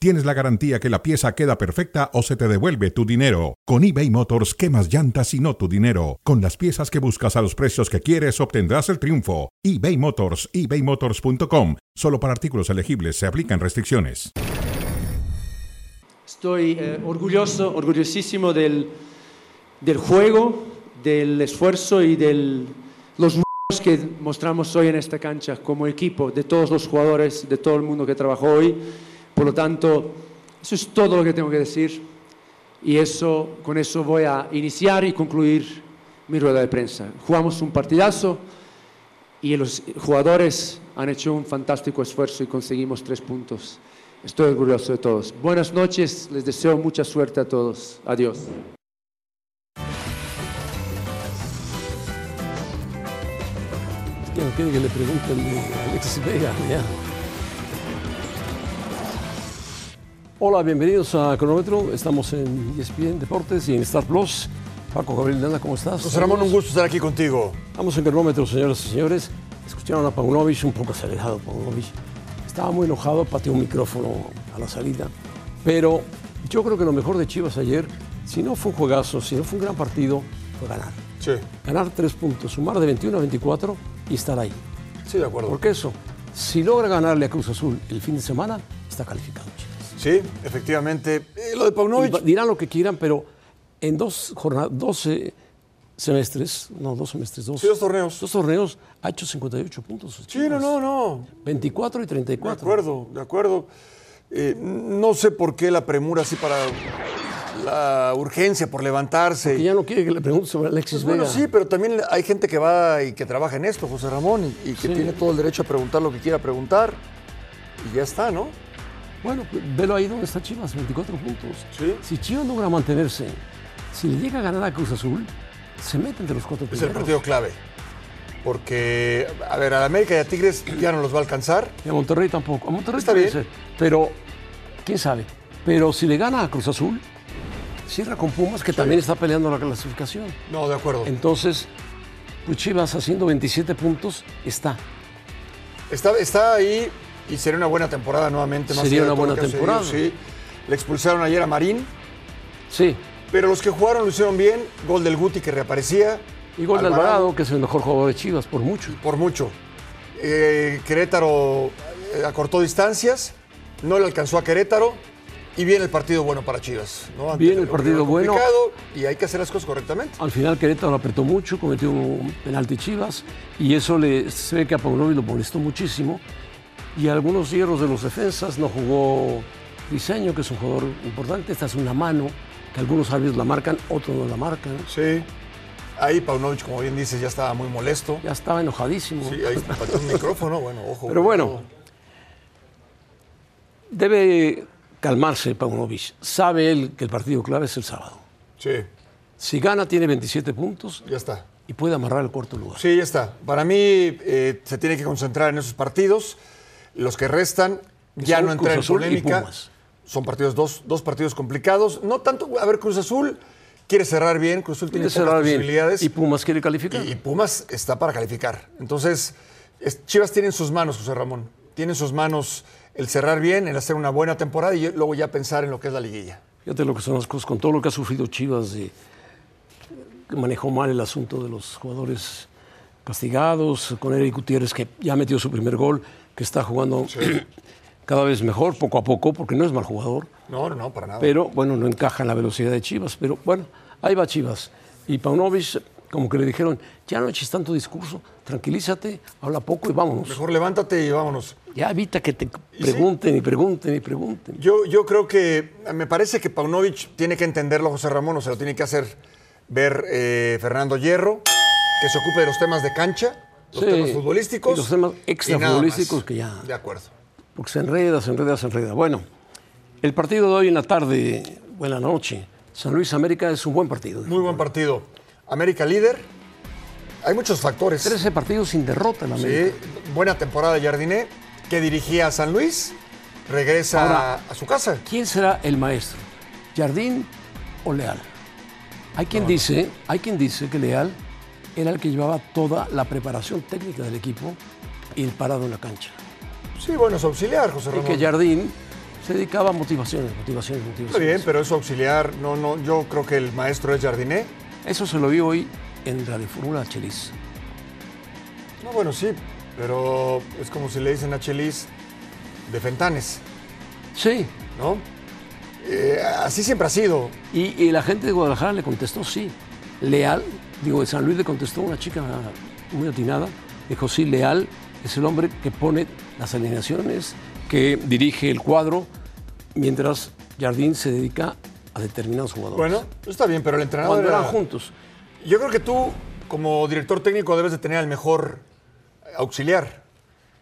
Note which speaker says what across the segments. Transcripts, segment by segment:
Speaker 1: tienes la garantía que la pieza queda perfecta o se te devuelve tu dinero. Con eBay Motors, quemas llantas y no tu dinero. Con las piezas que buscas a los precios que quieres, obtendrás el triunfo. eBay Motors, ebaymotors.com. Solo para artículos elegibles se aplican restricciones.
Speaker 2: Estoy eh, orgulloso, orgullosísimo del, del juego, del esfuerzo y de los números que mostramos hoy en esta cancha como equipo, de todos los jugadores, de todo el mundo que trabajó hoy. Por lo tanto, eso es todo lo que tengo que decir y eso, con eso voy a iniciar y concluir mi rueda de prensa. Jugamos un partidazo y los jugadores han hecho un fantástico esfuerzo y conseguimos tres puntos. Estoy orgulloso de todos. Buenas noches, les deseo mucha suerte a todos. Adiós.
Speaker 3: No quiere que le pregunten a Alexis Vega, ya. Hola, bienvenidos a Cronómetro. Estamos en E ESPN Deportes y en Star Plus. Paco Gabriel Landa, ¿cómo estás?
Speaker 4: José Ramón, un gusto estar aquí contigo.
Speaker 3: Estamos en Cronómetro, señoras y señores. Escucharon a Paunovic, un poco acelerado Paunovic. Estaba muy enojado, pateó un micrófono a la salida. Pero yo creo que lo mejor de Chivas ayer, si no fue un juegazo, si no fue un gran partido, fue ganar.
Speaker 4: Sí.
Speaker 3: Ganar tres puntos, sumar de 21 a 24 y estar ahí.
Speaker 4: Sí, de acuerdo.
Speaker 3: Porque eso, si logra ganarle a Cruz Azul el fin de semana, está calificado Chivas.
Speaker 4: Sí, efectivamente. Eh, lo de Paunovic.
Speaker 3: Dirán lo que quieran, pero en dos jornadas, 12 semestres, no, dos semestres, dos.
Speaker 4: Sí, dos torneos.
Speaker 3: Dos torneos, ha hecho 58 puntos.
Speaker 4: Sí, no, no, no.
Speaker 3: 24 y 34.
Speaker 4: De acuerdo, de acuerdo. Eh, no sé por qué la premura así para la urgencia por levantarse.
Speaker 3: Porque ya no quiere que le pregunte sobre Alexis
Speaker 4: pues bueno,
Speaker 3: Vega.
Speaker 4: sí, pero también hay gente que va y que trabaja en esto, José Ramón, y, y
Speaker 3: Sí.
Speaker 4: que tiene todo el derecho a preguntar lo que quiera preguntar. Y ya está, ¿no?
Speaker 3: Bueno, pues, velo ahí donde está Chivas, 24 puntos.
Speaker 4: Sí.
Speaker 3: Si Chivas logra mantenerse, si le llega a ganar a Cruz Azul, se mete entre los cuatro
Speaker 4: Es el
Speaker 3: primeros.
Speaker 4: partido clave. Porque, a ver, a América y a Tigres ya no los va a alcanzar.
Speaker 3: Y a Monterrey tampoco. A Monterrey
Speaker 4: Está
Speaker 3: puede
Speaker 4: bien.
Speaker 3: ser, pero quién sabe. Pero si le gana a Cruz Azul, cierra con Pumas, que también está peleando la clasificación.
Speaker 4: No, de acuerdo.
Speaker 3: Entonces, pues Chivas haciendo 27 puntos está.
Speaker 4: Está, está ahí y sería una buena temporada nuevamente. Más
Speaker 3: Sería
Speaker 4: allá de
Speaker 3: una
Speaker 4: todo lo
Speaker 3: buena
Speaker 4: que ha sucedido,
Speaker 3: temporada.
Speaker 4: sí. Le expulsaron ayer a Marín,
Speaker 3: Sí.
Speaker 4: pero los que jugaron lo hicieron bien. Gol del Guti que reaparecía.
Speaker 3: Y gol de Alvarado, que es el mejor jugador de Chivas, por mucho.
Speaker 4: Por mucho. Eh, Querétaro eh, acortó distancias, no le alcanzó a Querétaro. Y viene el partido bueno para Chivas. ¿no? Ante
Speaker 3: Viene el
Speaker 4: un
Speaker 3: partido bueno.
Speaker 4: complicado Y hay que hacer las cosas correctamente.
Speaker 3: Al final Querétaro apretó mucho, cometió un penalti Chivas y eso le, se ve que a Paunovic lo molestó muchísimo. Y algunos hierros de los defensas no jugó Diseño, que es un jugador importante. Esta es una mano que algunos árbitros la marcan, otros no la marcan.
Speaker 4: Sí. Ahí Paunovic, como bien dices, ya estaba muy molesto.
Speaker 3: Ya estaba enojadísimo.
Speaker 4: Sí, ahí faltó un micrófono. Bueno, ojo.
Speaker 3: Pero bueno, debe calmarse Paunovic. Sabe él que el partido clave es el sábado.
Speaker 4: Sí,
Speaker 3: Si gana tiene 27 puntos
Speaker 4: ya está.
Speaker 3: y puede amarrar el cuarto lugar.
Speaker 4: Sí, ya está. Para mí eh, se tiene que concentrar en esos partidos. Los que restan ya
Speaker 3: son
Speaker 4: no entran en
Speaker 3: Cruz Azul y
Speaker 4: polémica.
Speaker 3: Pumas.
Speaker 4: Son partidos dos, dos partidos complicados. No tanto, a ver, Cruz Azul quiere cerrar bien, Cruz Azul tiene
Speaker 3: Quiere
Speaker 4: pocas
Speaker 3: cerrar bien.
Speaker 4: posibilidades
Speaker 3: Y Pumas quiere calificar.
Speaker 4: y, y Pumas está para calificar. Entonces, es- Chivas tiene en sus manos, José Ramón, tiene en sus manos el cerrar bien, el hacer una buena temporada y luego ya pensar en lo que es la liguilla.
Speaker 3: Fíjate lo que son las cosas, con todo lo que ha sufrido Chivas, de, que manejó mal el asunto de los jugadores castigados, con Eric Gutiérrez que ya metió su primer gol, que está jugando cada vez mejor, poco a poco, porque no es mal jugador,
Speaker 4: No, no, no, para nada.
Speaker 3: pero bueno, no encaja en la velocidad de Chivas, pero bueno, ahí va Chivas. Y Paunovic, como que le dijeron, ya no eches tanto discurso, tranquilízate, habla poco y vámonos.
Speaker 4: Mejor levántate y vámonos.
Speaker 3: Ya evita que te pregunten y pregunten y pregunten.
Speaker 4: Yo, yo creo que me parece que Paunovic tiene que entenderlo José Ramón, o sea, lo tiene que hacer ver eh, Fernando Hierro, que se ocupe de los temas de cancha, los
Speaker 3: Sí,
Speaker 4: temas futbolísticos.
Speaker 3: y los temas
Speaker 4: y nada más.
Speaker 3: extrafutbolísticos que ya-
Speaker 4: De acuerdo.
Speaker 3: Porque se enreda, se enreda, se enreda. Bueno, el partido de hoy en la tarde o en la noche, San Luis América es un buen partido.
Speaker 4: Muy buen partido. América líder. Hay muchos factores.
Speaker 3: 13 partidos sin derrota en la América.
Speaker 4: Sí, buena temporada de Jardiné. que dirigía a San Luis, regresa
Speaker 3: Ahora-
Speaker 4: a su casa.
Speaker 3: ¿Quién será el maestro? ¿Jardín o Leal? Hay quien, dice, hay quien dice que Leal era el que llevaba toda la preparación técnica del equipo y el parado en la cancha.
Speaker 4: Sí, bueno, es auxiliar, José
Speaker 3: Y
Speaker 4: Ramón.
Speaker 3: que Jardín se dedicaba a motivaciones, motivaciones,
Speaker 4: Está
Speaker 3: motivaciones.
Speaker 4: bien, pero es auxiliar. No, no, yo creo que el maestro es Jardiné.
Speaker 3: Eso se lo vi hoy en Radio Fórmula Chelis.
Speaker 4: No, bueno, sí, pero es como si le dicen a Chelis de Fentanes,
Speaker 3: Sí,
Speaker 4: ¿no? Eh, así siempre ha sido.
Speaker 3: y, y la gente de Guadalajara le contestó sí. Leal, digo, de San Luis le contestó una chica muy atinada, dijo sí, Leal es el hombre que pone las alineaciones, que dirige el cuadro, mientras Jardín se dedica a determinados jugadores.
Speaker 4: Bueno, está bien, pero el entrenador
Speaker 3: cuando
Speaker 4: era-
Speaker 3: eran juntos.
Speaker 4: Yo creo que tú, como director técnico, debes de tener al mejor auxiliar.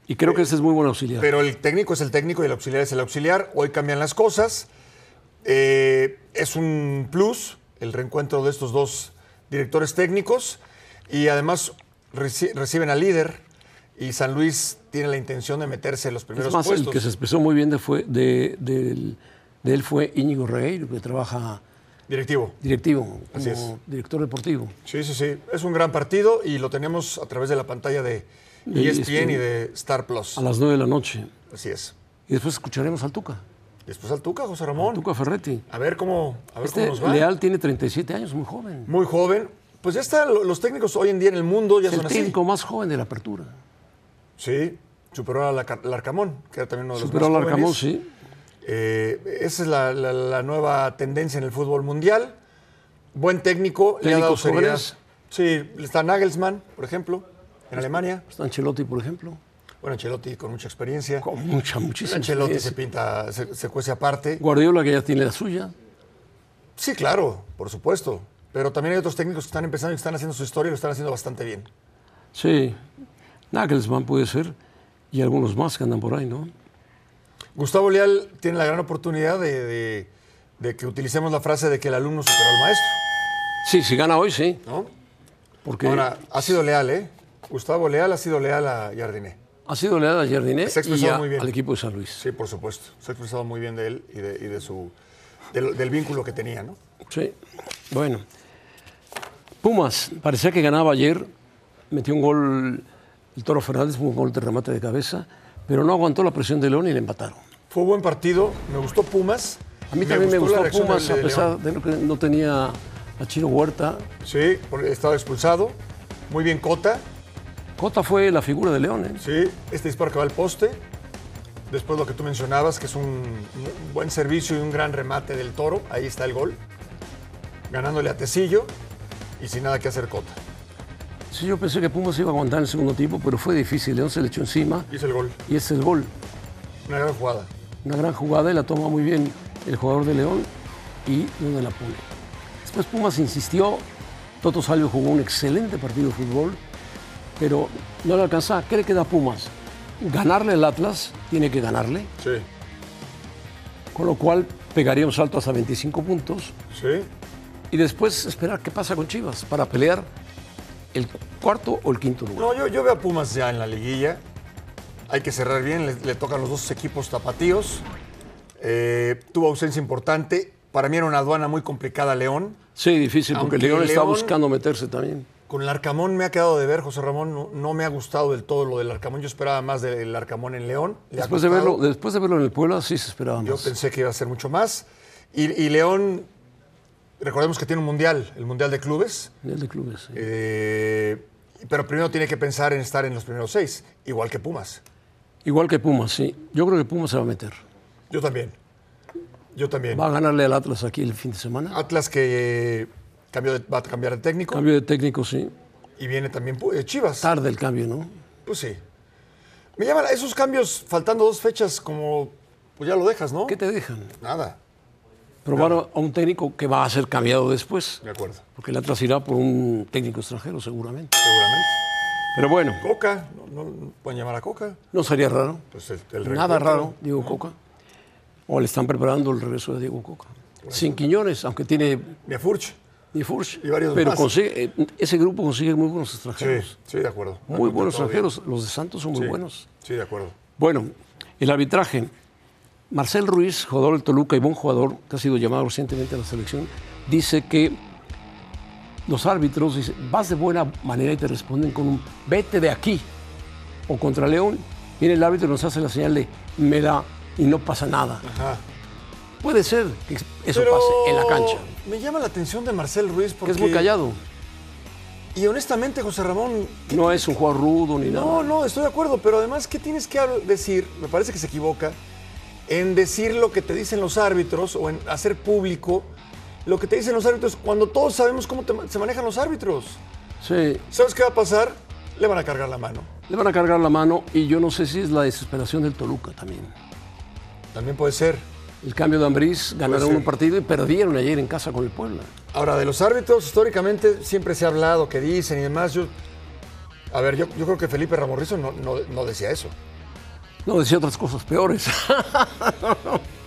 Speaker 3: Y creo que ese es muy buen auxiliar.
Speaker 4: Pero el técnico es el técnico y el auxiliar es el auxiliar. Hoy cambian las cosas. Eh, es un plus el reencuentro de estos dos directores técnicos. Y además reci- reciben al líder. Y San Luis tiene la intención de meterse en los primeros
Speaker 3: es más,
Speaker 4: puestos.
Speaker 3: el que se expresó muy bien de, fue, de, del- de él fue Íñigo Rey, que trabaja
Speaker 4: Directivo.
Speaker 3: directivo,
Speaker 4: Así
Speaker 3: como director deportivo.
Speaker 4: Sí, sí, sí. Es un gran partido y lo tenemos a través de la pantalla de E
Speaker 3: De
Speaker 4: ESPN y
Speaker 3: ESPN.
Speaker 4: de Star Plus.
Speaker 3: a las 9 de la noche.
Speaker 4: Así es.
Speaker 3: Y después escucharemos al Tuca,
Speaker 4: Después al Tuca, José Ramón.
Speaker 3: Tuca Ferretti.
Speaker 4: A ver cómo, a ver
Speaker 3: Este
Speaker 4: cómo nos va.
Speaker 3: Leal tiene 37 años, muy joven.
Speaker 4: Muy joven. Pues ya están los técnicos hoy en día en el mundo, ya
Speaker 3: Es el
Speaker 4: son así.
Speaker 3: técnico más joven de la apertura.
Speaker 4: Sí, superó al Arca- al Arcamón, que era también uno de los
Speaker 3: Superó al
Speaker 4: más
Speaker 3: Arcamón,
Speaker 4: jóvenes.
Speaker 3: sí.
Speaker 4: Eh, esa es la, la- la nueva tendencia en el fútbol mundial. Buen técnico, le ha dado
Speaker 3: Técnicos
Speaker 4: seriedad.
Speaker 3: jóvenes.
Speaker 4: Sí, está Nagelsmann, por ejemplo, en Alemania.
Speaker 3: Está Ancelotti, por ejemplo.
Speaker 4: Bueno, Ancelotti con mucha experiencia.
Speaker 3: Con mucha, muchísima
Speaker 4: Ancelotti se
Speaker 3: experiencia.
Speaker 4: pinta, se, se cuece aparte.
Speaker 3: Guardiola, que ya tiene la suya.
Speaker 4: Sí, claro, por supuesto. Pero también hay otros técnicos que están empezando y que están haciendo su historia y lo están haciendo bastante bien.
Speaker 3: Sí. Nagelsmann puede ser. Y algunos más que andan por ahí, ¿no?
Speaker 4: Gustavo Leal tiene la gran oportunidad de, de- de que utilicemos la frase de que el alumno superó al maestro,
Speaker 3: Sí, si gana hoy, sí.
Speaker 4: ¿no?
Speaker 3: Porque
Speaker 4: Ahora, ha sido leal, ¿eh? Gustavo Leal ha sido leal a Jardiné.
Speaker 3: ha sido leal a Jardiné
Speaker 4: Se pues ha
Speaker 3: y
Speaker 4: expresado
Speaker 3: a-
Speaker 4: muy bien.
Speaker 3: al equipo de San Luis.
Speaker 4: Sí, por supuesto. Se ha expresado muy bien de él y de, y de su, del, del vínculo que tenía, ¿no?
Speaker 3: Sí, bueno. Pumas, parecía que ganaba ayer, metió un gol el Toro Fernández, fue un gol de remate de cabeza, pero no aguantó la presión de León y le empataron.
Speaker 4: Fue buen partido, me gustó Pumas.
Speaker 3: A mí también me
Speaker 4: la
Speaker 3: gustó
Speaker 4: reacción
Speaker 3: Pumas,
Speaker 4: del-
Speaker 3: a
Speaker 4: de
Speaker 3: pesar
Speaker 4: León.
Speaker 3: de no que no tenía a Chino Huerta.
Speaker 4: Sí, porque estaba expulsado. Muy bien Cota.
Speaker 3: Cota fue la figura de León, ¿eh?
Speaker 4: Sí, este disparo que va al poste. Después lo que tú mencionabas, que es un un buen servicio y un gran remate del toro. Ahí está el gol. Ganándole a Tecillo y sin nada que hacer Cota.
Speaker 3: Sí, yo pensé que Pumas iba a aguantar en el segundo tiempo, pero fue difícil, León se le echó encima
Speaker 4: Hizo el gol.
Speaker 3: y ese es el gol.
Speaker 4: Una gran jugada.
Speaker 3: Una gran jugada y la toma muy bien el jugador de León y donde la pone. Después Pumas insistió, Toto Salvio jugó un excelente partido de fútbol, pero no le alcanzaba. ¿Qué le queda a Pumas? Ganarle al Atlas, tiene que ganarle,
Speaker 4: Sí.
Speaker 3: con lo cual pegaría un salto hasta 25 puntos
Speaker 4: Sí.
Speaker 3: y después esperar qué pasa con Chivas para pelear el cuarto o el quinto lugar.
Speaker 4: No, yo, yo veo a Pumas ya en la liguilla. Hay que cerrar bien, le, le tocan los dos equipos tapatíos. Eh, tuvo ausencia importante. Para mí era una aduana muy complicada León.
Speaker 3: Sí, difícil, porque
Speaker 4: Aunque
Speaker 3: León, está
Speaker 4: León-
Speaker 3: buscando meterse también.
Speaker 4: Con el Arcamón me ha quedado de ver, José Ramón. No, no me ha gustado del todo lo del Arcamón. Yo esperaba más del Arcamón en León. Le ha
Speaker 3: Después de,
Speaker 4: costado.
Speaker 3: verlo, después de verlo en el Puebla, sí se esperaba
Speaker 4: Yo
Speaker 3: más.
Speaker 4: pensé que iba a ser mucho más. Y, y León, recordemos que tiene un mundial, el mundial de clubes.
Speaker 3: En el de clubes. sí.
Speaker 4: Eh, pero primero tiene que pensar en estar en los primeros seis, igual que Pumas.
Speaker 3: Igual que Pumas, sí. Yo creo que Pumas se va a meter.
Speaker 4: Yo también. Yo también.
Speaker 3: Va a ganarle al Atlas aquí el fin de semana.
Speaker 4: Atlas que eh, cambió de- va a cambiar de técnico.
Speaker 3: Cambio de técnico, sí.
Speaker 4: Y viene también Pu- eh, Chivas.
Speaker 3: Tarde el cambio, ¿no?
Speaker 4: Pues sí. Me llaman esos cambios, faltando dos fechas, como pues ya lo dejas, ¿no?
Speaker 3: ¿Qué te dejan?
Speaker 4: Nada,
Speaker 3: Probar a un técnico que va a ser cambiado después.
Speaker 4: de acuerdo,
Speaker 3: Porque el Atlas irá por un técnico extranjero, seguramente.
Speaker 4: seguramente.
Speaker 3: Pero bueno,
Speaker 4: Coca, no, no- no pueden llamar a Coca.
Speaker 3: no sería raro.
Speaker 4: Pues el- el
Speaker 3: Nada
Speaker 4: reencuentro.
Speaker 3: raro, Diego Coca. O le están preparando el regreso de Diego Coca. Sin Quiñones, aunque tiene
Speaker 4: Ni a Furch.
Speaker 3: Di Furch.
Speaker 4: Y varios
Speaker 3: Pero
Speaker 4: más.
Speaker 3: consigue, eh, ese grupo consigue muy buenos
Speaker 4: Sí,
Speaker 3: extranjeros.
Speaker 4: sí, de acuerdo.
Speaker 3: Muy buenos
Speaker 4: Todo bien.
Speaker 3: extranjeros. Los de Santos son muy
Speaker 4: Sí,
Speaker 3: buenos.
Speaker 4: Sí, de acuerdo.
Speaker 3: Bueno, el arbitraje. Marcel Ruiz, jugador del Toluca y buen jugador, que ha sido llamado recientemente a la selección, dice que los árbitros dicen, vas de buena manera y te responden con un vete de aquí. O contra León, viene el árbitro y nos hace la señal de me da y no pasa nada.
Speaker 4: Ajá.
Speaker 3: Puede ser que eso pase en la cancha.
Speaker 4: Ah. Me llama la atención de Marcel Ruiz
Speaker 3: Que
Speaker 4: porque.
Speaker 3: es muy callado.
Speaker 4: Y honestamente, José Ramón,
Speaker 3: No es un jugador rudo ni nada.
Speaker 4: No, no, estoy de acuerdo, pero además, ¿qué tienes que habl- decir? Me parece que se equivoca en decir lo que te dicen los árbitros o en hacer público lo que te dicen los árbitros cuando todos sabemos cómo te ma- se manejan los árbitros.
Speaker 3: Sí,
Speaker 4: ¿Sabes qué va a pasar? Le van a cargar la mano.
Speaker 3: le van a cargar la mano y yo no sé si es la desesperación del Toluca también.
Speaker 4: También puede ser.
Speaker 3: El cambio de Ambriz, ganaron
Speaker 4: ser.
Speaker 3: un partido y perdieron ayer en casa con el Puebla.
Speaker 4: Ahora, de los árbitros, históricamente siempre se ha hablado, que dicen y demás. Yo, a ver, yo, yo creo que Felipe Ramorrizo no, no, no decía eso.
Speaker 3: No, decía otras cosas peores.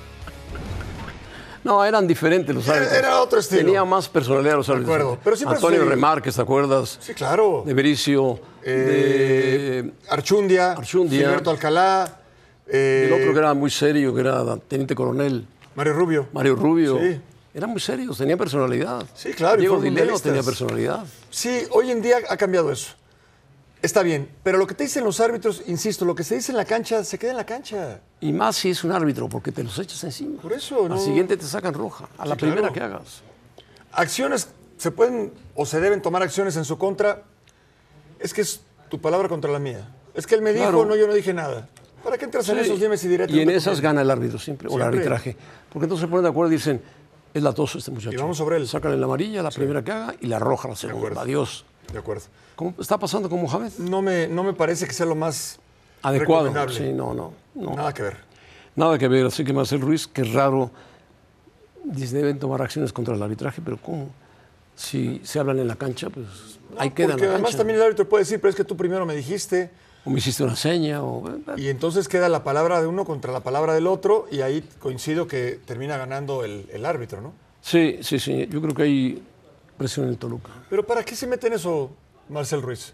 Speaker 3: no, eran diferentes los
Speaker 4: Era-
Speaker 3: árbitros.
Speaker 4: era otro estilo.
Speaker 3: Tenía más personalidad los árbitros.
Speaker 4: acuerdo, pero siempre
Speaker 3: Antonio
Speaker 4: se-
Speaker 3: Remárquez, ¿te acuerdas?
Speaker 4: Sí, claro.
Speaker 3: De Bericio,
Speaker 4: Eh, Archundia,
Speaker 3: Archundia.
Speaker 4: Gilberto Alcalá, eh,
Speaker 3: de- el otro que era muy serio, que era Teniente Coronel,
Speaker 4: Mario Rubio.
Speaker 3: Mario Rubio.
Speaker 4: Sí.
Speaker 3: Eran muy serios, tenían personalidad.
Speaker 4: Sí, claro, y
Speaker 3: Diego
Speaker 4: fueron
Speaker 3: Dinero
Speaker 4: mundialistas.
Speaker 3: tenía personalidad.
Speaker 4: Sí, hoy en día ha cambiado eso. Está bien, pero lo que te dicen los árbitros, insisto, lo que se dice en la cancha, se queda en la cancha.
Speaker 3: Y más si es un árbitro, porque te los echas encima.
Speaker 4: Por eso, no-
Speaker 3: Al siguiente te sacan roja, a la
Speaker 4: Sí,
Speaker 3: primera
Speaker 4: claro.
Speaker 3: que hagas.
Speaker 4: Acciones, se pueden o se deben tomar acciones en su contra. Es que es tu palabra contra la mía. Es que él me dijo,
Speaker 3: Claro.
Speaker 4: no, yo no dije nada. ¿Para qué entras en
Speaker 3: Sí,
Speaker 4: esos dimes y diretes?
Speaker 3: y en
Speaker 4: No te
Speaker 3: esas
Speaker 4: conviene.
Speaker 3: gana el árbitro siempre, o el
Speaker 4: Siempre.
Speaker 3: arbitraje. Porque entonces se ponen de acuerdo y dicen, es latoso este muchacho.
Speaker 4: Y vamos sobre él.
Speaker 3: Sacan la amarilla, la primera que haga, y la roja, la
Speaker 4: acuerdo.
Speaker 3: segunda. Adiós.
Speaker 4: De acuerdo.
Speaker 3: ¿Cómo está pasando con Mohamed?
Speaker 4: No me, no me parece que sea lo más
Speaker 3: Adecuado.
Speaker 4: recomendable.
Speaker 3: Sí, no, no, no.
Speaker 4: Nada que ver.
Speaker 3: Nada que ver. Así que Marcel Ruiz, que raro. Dice, deben tomar acciones contra el arbitraje, pero ¿cómo? Si se hablan en la cancha, pues ahí queda en
Speaker 4: Porque
Speaker 3: la
Speaker 4: además
Speaker 3: cancha.
Speaker 4: también el árbitro puede decir, pero es que tú primero me dijiste,
Speaker 3: O me hiciste una seña, o...
Speaker 4: Y entonces queda la palabra de uno contra la palabra del otro y ahí coincido que termina ganando el, el árbitro, ¿no?
Speaker 3: Sí, sí, sí. Yo creo que hay presión en el Toluca.
Speaker 4: Pero ¿para qué se mete en eso Marcel Ruiz?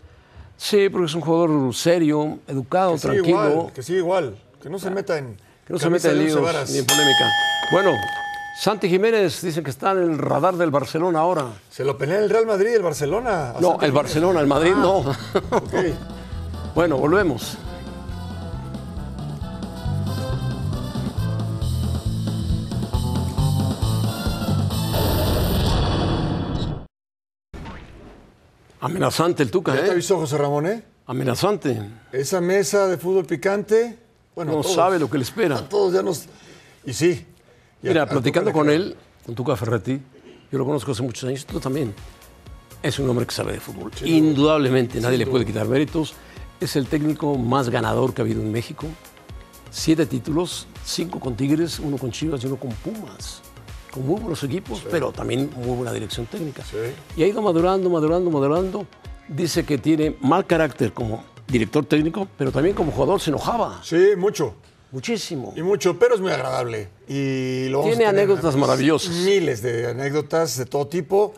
Speaker 3: Sí, porque es un jugador serio, educado,
Speaker 4: Que sigue
Speaker 3: tranquilo, Ah,
Speaker 4: igual, que sigue igual, que no se meta en
Speaker 3: que no se mete
Speaker 4: camisa
Speaker 3: en
Speaker 4: de once
Speaker 3: líos
Speaker 4: varas.
Speaker 3: ni en polémica. Bueno, Santi Jiménez dicen que está en el radar del Barcelona ahora.
Speaker 4: Se lo pelea el Real Madrid y el Barcelona.
Speaker 3: No, eh, el Barcelona, el Madrid
Speaker 4: Ah.
Speaker 3: no.
Speaker 4: Ok.
Speaker 3: bueno, volvemos. Amenazante el Tuca,
Speaker 4: Ya te
Speaker 3: ¿eh?
Speaker 4: avisó José Ramón, ¿eh?
Speaker 3: Amenazante.
Speaker 4: Esa mesa de fútbol picante, bueno, a
Speaker 3: No
Speaker 4: todos,
Speaker 3: sabe lo que le espera.
Speaker 4: a todos ya nos... Y sí. Y a-
Speaker 3: Mira,
Speaker 4: a-
Speaker 3: platicando con él, con Tuca Ferretti, yo lo conozco hace muchos años, tú también. Es un hombre que sabe de fútbol. Indudablemente, nadie le puede quitar méritos. Es el técnico más ganador que ha habido en México. Siete títulos, cinco con Tigres, uno con Chivas y uno con Pumas. Con muy buenos equipos, pero también muy buena dirección técnica. Y ha ido madurando, madurando, madurando. Dice que tiene mal carácter como director técnico, pero también como jugador se enojaba
Speaker 4: Sí, mucho.
Speaker 3: muchísimo.
Speaker 4: Y mucho, pero es muy agradable. Y lo vamos a
Speaker 3: Tiene
Speaker 4: tener
Speaker 3: anécdotas maravillosas.
Speaker 4: Miles de anécdotas de todo tipo.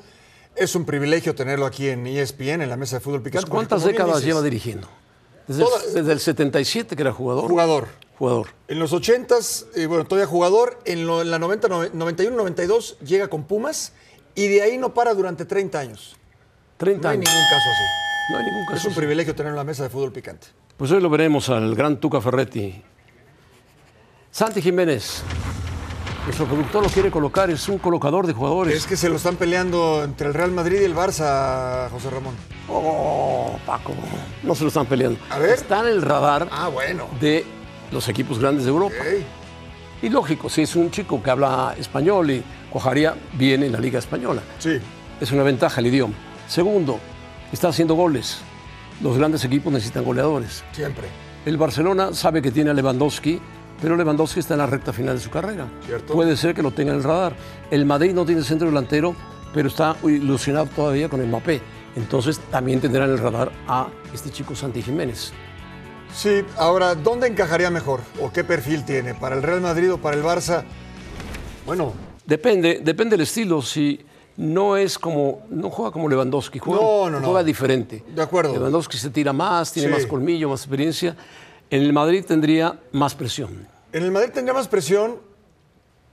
Speaker 4: Es un privilegio tenerlo aquí en E ESPN, en la mesa de fútbol picante.
Speaker 3: Pues, ¿Cuántas
Speaker 4: porque como
Speaker 3: décadas
Speaker 4: bien dices,
Speaker 3: lleva dirigiendo? Desde,
Speaker 4: Toda-
Speaker 3: el, desde el 77 que era jugador.
Speaker 4: Jugador.
Speaker 3: Jugador.
Speaker 4: En los 80s, eh, bueno, todavía jugador. En, lo- en la 90, no- 91, 92 llega con Pumas y de ahí no para durante 30 años.
Speaker 3: 30
Speaker 4: No hay
Speaker 3: años.
Speaker 4: ningún caso así.
Speaker 3: No hay ningún
Speaker 4: Es
Speaker 3: caso.
Speaker 4: un privilegio tenerlo en la mesa de fútbol picante.
Speaker 3: Pues hoy lo veremos al gran Tuca Ferretti. Santi Jiménez. Nuestro productor lo quiere colocar, es un colocador de jugadores.
Speaker 4: Es que se lo están peleando entre el Real Madrid y el Barça, José Ramón.
Speaker 3: Oh, Paco. No se lo están peleando.
Speaker 4: A ver.
Speaker 3: Está en el radar
Speaker 4: Ah, Eh. bueno.
Speaker 3: de los equipos grandes de Europa.
Speaker 4: Ok.
Speaker 3: Y lógico, si es un chico que habla español y cuajaría bien en la Liga Española.
Speaker 4: Sí.
Speaker 3: Es una ventaja el idioma. Segundo, está haciendo goles. Los grandes equipos necesitan goleadores.
Speaker 4: Siempre.
Speaker 3: El Barcelona sabe que tiene a Lewandowski, pero Lewandowski está en la recta final de su carrera.
Speaker 4: Cierto.
Speaker 3: Puede ser que lo tenga en el radar. El Madrid no tiene centro delantero, pero está ilusionado todavía con el Mbappé. Entonces también tendrán en el radar a este chico Santi Jiménez.
Speaker 4: Sí, ahora, ¿dónde encajaría mejor? ¿O qué perfil tiene? ¿Para el Real Madrid o para el Barça? Bueno,
Speaker 3: Depende, depende del estilo. Si no es como, no juega como Lewandowski, juega,
Speaker 4: No, no, no.
Speaker 3: juega diferente.
Speaker 4: De acuerdo.
Speaker 3: Lewandowski se tira más, tiene
Speaker 4: Sí.
Speaker 3: más colmillo, más experiencia. En el Madrid tendría más presión.
Speaker 4: En el Madrid tendría más presión,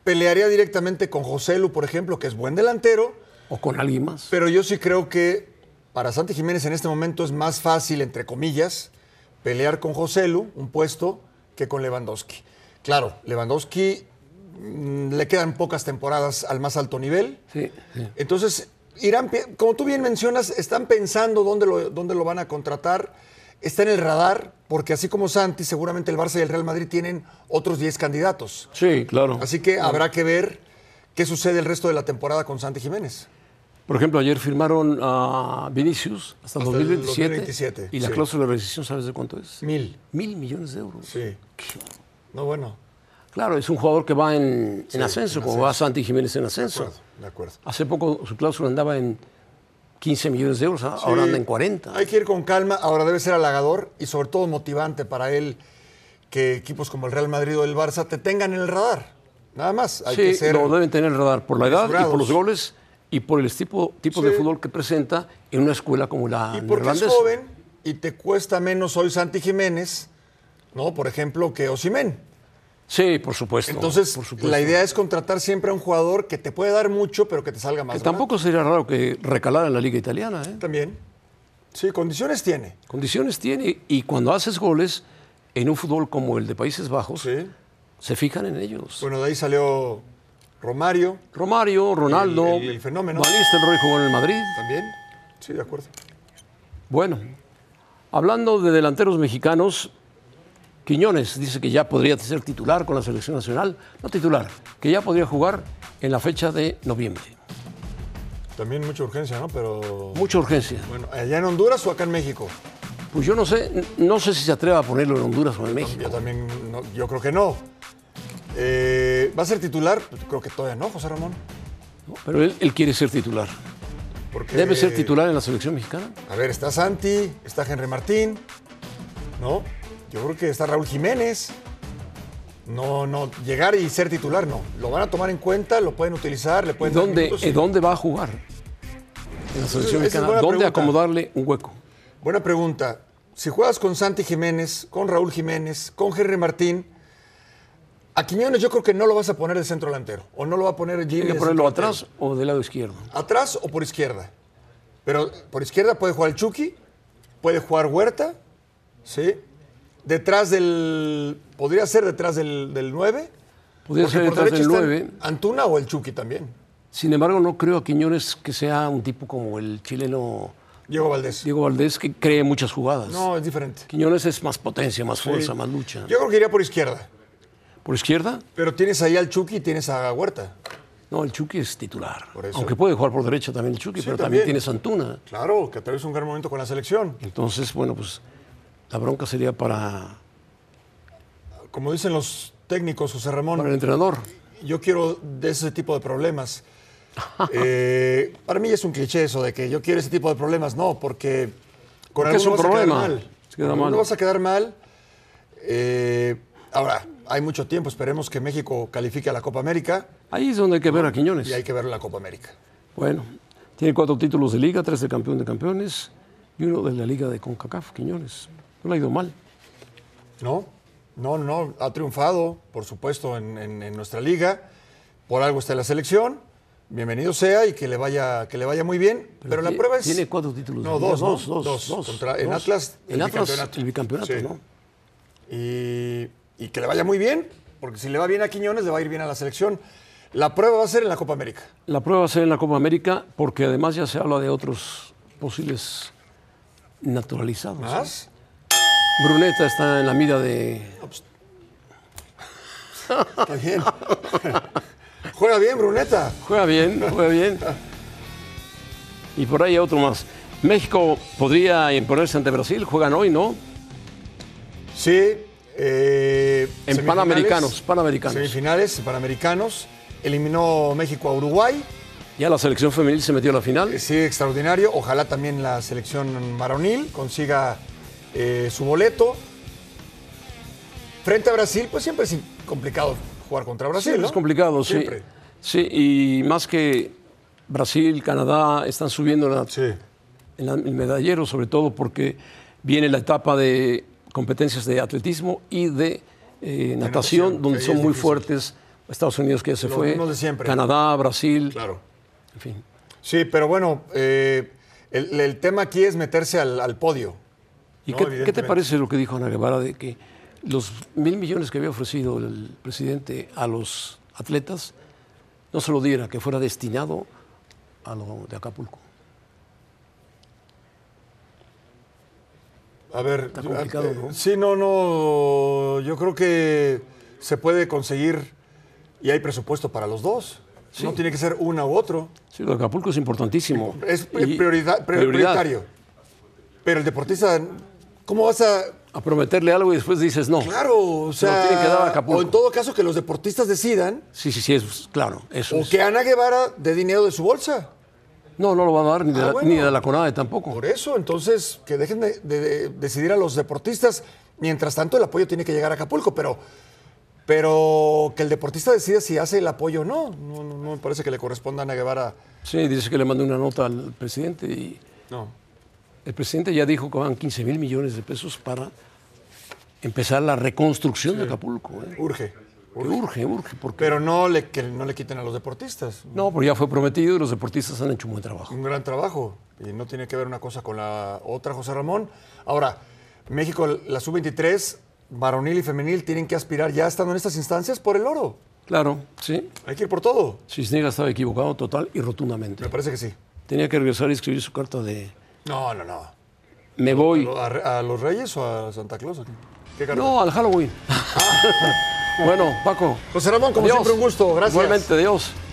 Speaker 4: pelearía directamente con José Lu, por ejemplo, que es buen delantero,
Speaker 3: O con alguien más.
Speaker 4: pero yo sí creo que para Santi Jiménez en este momento es más fácil, entre comillas, pelear con José Lu, un puesto, que con Lewandowski. Claro, Lewandowski mm, le quedan pocas temporadas al más alto nivel.
Speaker 3: Sí, sí.
Speaker 4: Entonces, Irán, pi- como tú bien mencionas, están pensando dónde lo, dónde lo van a contratar. Está en el radar, porque así como Santi, seguramente el Barça y el Real Madrid tienen otros 10 candidatos.
Speaker 3: Sí, claro.
Speaker 4: Así que habrá que ver qué sucede el resto de la temporada con Santi Jiménez.
Speaker 3: Por ejemplo, ayer firmaron a Vinicius hasta, el
Speaker 4: Hasta el
Speaker 3: 2027,
Speaker 4: 2027,
Speaker 3: y la
Speaker 4: sí.
Speaker 3: cláusula de rescisión, ¿sabes de cuánto es?
Speaker 4: Mil.
Speaker 3: Mil millones de euros.
Speaker 4: Sí. No, bueno.
Speaker 3: Claro, es un jugador que va en, en ascenso,
Speaker 4: en
Speaker 3: como va Santi Jiménez en
Speaker 4: De
Speaker 3: ascenso.
Speaker 4: acuerdo. De acuerdo.
Speaker 3: Hace poco su cláusula andaba en 15 millones de euros, ahora
Speaker 4: Sí.
Speaker 3: anda en 40.
Speaker 4: Hay que ir con calma. Ahora debe ser halagador y sobre todo motivante para él que equipos como el Real Madrid o el Barça te tengan en el radar. Nada más. Hay
Speaker 3: sí,
Speaker 4: que ser.
Speaker 3: lo deben tener en el radar por la edad y
Speaker 4: mesurados.
Speaker 3: por los goles y por el tipo, tipo de fútbol que presenta en una escuela como la
Speaker 4: Y porque
Speaker 3: neerlandesa.
Speaker 4: es joven y te cuesta menos hoy Santi Jiménez, ¿no? Por ejemplo, que Osimén.
Speaker 3: Sí, por supuesto.
Speaker 4: Entonces,
Speaker 3: por supuesto.
Speaker 4: la idea es contratar siempre a un jugador que te puede dar mucho, pero que te salga más.
Speaker 3: Que
Speaker 4: barato.
Speaker 3: tampoco sería raro que recalara en la liga italiana. ¿eh?
Speaker 4: También. Sí, condiciones tiene.
Speaker 3: Condiciones tiene y cuando haces goles en un fútbol como el de Países Bajos, se fijan en ellos.
Speaker 4: Bueno, de ahí salió Romario
Speaker 3: Romario, Ronaldo,
Speaker 4: el- el fenómeno.
Speaker 3: Van Nistelrooy jugó en el Madrid.
Speaker 4: también. Sí, de acuerdo.
Speaker 3: Bueno, hablando de delanteros mexicanos, Quiñones dice que ya podría ser titular con la selección nacional, no titular, que ya podría jugar en la fecha de noviembre.
Speaker 4: También mucha urgencia, ¿no? Pero.
Speaker 3: Mucha urgencia.
Speaker 4: Bueno, ¿allá en Honduras o acá en México?
Speaker 3: Pues yo no sé, no sé si se atreva a ponerlo en Honduras o en México.
Speaker 4: Yo también, no- yo creo que no. Eh, ¿Va a ser titular? Creo que todavía no, José Ramón.
Speaker 3: ¿no? Pero él, él quiere ser titular.
Speaker 4: Porque-
Speaker 3: ¿Debe ser titular en la selección mexicana?
Speaker 4: A ver, está Santi, está Henry Martín, ¿no? Yo creo que está Raúl Jiménez. No, no, llegar y ser titular, no. Lo van a tomar en cuenta, lo pueden utilizar, le pueden dar
Speaker 3: ¿Dónde,
Speaker 4: minutos.
Speaker 3: eh, ¿Dónde va a jugar? En la selección
Speaker 4: Esa es
Speaker 3: mexicana.
Speaker 4: buena
Speaker 3: ¿Dónde
Speaker 4: pregunta.
Speaker 3: acomodarle un hueco?
Speaker 4: Buena pregunta. Si juegas con Santi Jiménez, con Raúl Jiménez, con Henry Martín, a Quiñones yo creo que no lo vas a poner de centro delantero. O no lo va a poner Jimmy.
Speaker 3: ¿Tiene que
Speaker 4: de
Speaker 3: ponerlo
Speaker 4: centro
Speaker 3: atrás o del lado izquierdo?
Speaker 4: ¿Atrás o por izquierda? Pero por izquierda puede jugar el Chucky, puede jugar Huerta, ¿sí? Detrás del. Podría ser detrás del, 9.
Speaker 3: Podría ser detrás del 9.
Speaker 4: Antuna o el Chucky también.
Speaker 3: Sin embargo, no creo a Quiñones que sea un tipo como el chileno
Speaker 4: Diego Valdés.
Speaker 3: Diego Valdés que cree muchas jugadas.
Speaker 4: No, es diferente.
Speaker 3: Quiñones es más potencia, más fuerza, más lucha.
Speaker 4: Yo creo que iría por izquierda.
Speaker 3: ¿Por izquierda?
Speaker 4: Pero tienes ahí al Chucky y tienes a Huerta.
Speaker 3: No, el Chucky es titular.
Speaker 4: Por eso.
Speaker 3: Aunque puede jugar por derecha también el Chucky, pero también,
Speaker 4: también.
Speaker 3: tiene Santuna.
Speaker 4: Claro, que atraviesa un gran momento con la selección.
Speaker 3: Entonces, bueno, pues la bronca sería para,
Speaker 4: Como dicen los técnicos, José
Speaker 3: para
Speaker 4: Ramón,
Speaker 3: el entrenador.
Speaker 4: yo quiero de ese tipo de problemas. Eh, para mí es un cliché eso de que yo quiero ese tipo de problemas. No, porque con
Speaker 3: Porque es un
Speaker 4: alguno vas a quedar
Speaker 3: problema.
Speaker 4: mal.
Speaker 3: Se queda
Speaker 4: Con alguno
Speaker 3: mal.
Speaker 4: vas a quedar mal. Eh, ahora, hay mucho tiempo. Esperemos que México califique a la Copa América
Speaker 3: Ahí es donde hay que ver a Quiñones.
Speaker 4: y hay que ver la Copa América.
Speaker 3: Bueno, tiene cuatro títulos de liga, tres de campeón de campeones y uno de la liga de CONCACAF, Quiñones. No le ha ido mal.
Speaker 4: No, no, no. Ha triunfado, por supuesto, en, en- en nuestra liga. Por algo está en la selección. Bienvenido sea y que le vaya, que le vaya muy bien. Pero, la
Speaker 3: ti-
Speaker 4: prueba es.
Speaker 3: Tiene cuatro títulos.
Speaker 4: No,
Speaker 3: de liga,
Speaker 4: dos,
Speaker 3: dos,
Speaker 4: ¿no?
Speaker 3: dos,
Speaker 4: Dos.
Speaker 3: dos,
Speaker 4: Contra- en
Speaker 3: dos.
Speaker 4: Atlas, el
Speaker 3: En Atlas,
Speaker 4: bicampeonato.
Speaker 3: el bicampeonato,
Speaker 4: Sí.
Speaker 3: ¿no?
Speaker 4: y, y que le vaya muy bien, porque si le va bien a Quiñones, le va a ir bien a la selección. La prueba va a ser en la Copa América.
Speaker 3: La prueba va a ser en la Copa América porque además ya se habla de otros posibles naturalizados.
Speaker 4: ¿Más?
Speaker 3: Bruneta está en la mira de...
Speaker 4: Está bien. Juega bien, Bruneta.
Speaker 3: Juega bien, juega bien. Y por ahí hay otro más. México podría imponerse ante Brasil, juegan hoy, ¿no?
Speaker 4: Sí.
Speaker 3: En
Speaker 4: eh, semifinales.
Speaker 3: Panamericanos, Panamericanos.
Speaker 4: Semifinales, Panamericanos. Eliminó México a Uruguay.
Speaker 3: Ya la selección femenil se metió a la final.
Speaker 4: Eh, Sí, extraordinario. Ojalá también la selección varonil consiga eh, su boleto. Frente a Brasil, pues siempre es complicado jugar contra Brasil,
Speaker 3: Siempre
Speaker 4: ¿no?
Speaker 3: Es complicado,
Speaker 4: Siempre.
Speaker 3: sí. Sí, y más que Brasil, Canadá están subiendo en la-
Speaker 4: Sí.
Speaker 3: en la- el medallero, sobre todo porque viene la etapa de competencias de atletismo y de eh, natación,
Speaker 4: natación,
Speaker 3: donde
Speaker 4: que ahí
Speaker 3: son
Speaker 4: es
Speaker 3: muy
Speaker 4: difícil.
Speaker 3: fuertes. Estados Unidos que ya se
Speaker 4: Los
Speaker 3: fue,
Speaker 4: mismos de siempre.
Speaker 3: Canadá, Brasil,
Speaker 4: Claro.
Speaker 3: en fin.
Speaker 4: Sí, pero bueno, eh, el, el tema aquí es meterse al, al podio.
Speaker 3: ¿Y
Speaker 4: No,
Speaker 3: qué- qué, te
Speaker 4: evidentemente.
Speaker 3: parece lo que dijo Ana Guevara de que los mil millones que había ofrecido el presidente a los atletas no se lo diera, que fuera destinado a lo de Acapulco?
Speaker 4: A ver,
Speaker 3: Está
Speaker 4: yo-
Speaker 3: complicado,
Speaker 4: eh,
Speaker 3: ¿no?
Speaker 4: Sí, no, no. Yo creo que se puede conseguir y hay presupuesto para los dos. No tiene que ser una u otro.
Speaker 3: Sí, lo de Acapulco es importantísimo.
Speaker 4: Es
Speaker 3: Y-
Speaker 4: prioridad, prioritario. Pero el deportista, ¿cómo vas a...?
Speaker 3: A prometerle algo y después dices no.
Speaker 4: Claro, o
Speaker 3: Se lo
Speaker 4: sea,
Speaker 3: tienen que dar a Acapulco.
Speaker 4: o en todo caso que los deportistas decidan
Speaker 3: Sí, sí, sí, es claro. Eso
Speaker 4: o
Speaker 3: es.
Speaker 4: que Ana Guevara dé dinero de su bolsa.
Speaker 3: No, no lo va a dar ni de,
Speaker 4: Ah,
Speaker 3: la,
Speaker 4: bueno.
Speaker 3: ni de la CONADE tampoco.
Speaker 4: Por eso, entonces, que dejen de, de- de decidir a los deportistas. Mientras tanto, el apoyo tiene que llegar a Acapulco, pero, pero que el deportista decida si hace el apoyo o no. No, no, no me parece que le corresponda a Ana Guevara.
Speaker 3: Sí, dice que le mandó una nota al presidente y
Speaker 4: No.
Speaker 3: el presidente ya dijo que van 15 mil millones de pesos para empezar la reconstrucción de Acapulco. ¿eh?
Speaker 4: Urge.
Speaker 3: Que urge, urge, porque
Speaker 4: Pero no le, que no le quiten a los deportistas.
Speaker 3: no, porque ya fue prometido y los deportistas han hecho un buen trabajo.
Speaker 4: Un gran trabajo. Y no tiene que ver una cosa con la otra, José Ramón. Ahora, México, la sub-23, varonil y femenil, tienen que aspirar ya estando en estas instancias por el oro.
Speaker 3: Claro, sí.
Speaker 4: Hay que ir por todo.
Speaker 3: Cisnegas estaba equivocado total y rotundamente.
Speaker 4: Me parece que sí.
Speaker 3: Tenía que regresar y escribir su carta de
Speaker 4: No, no, no.
Speaker 3: me voy.
Speaker 4: ¿A, a los Reyes o a Santa Claus? ¿A quién? ¿Qué carta?
Speaker 3: No, al Halloween. bueno, Paco.
Speaker 4: José Ramón, como
Speaker 3: adiós.
Speaker 4: siempre, un gusto. Gracias.
Speaker 3: Igualmente, adiós.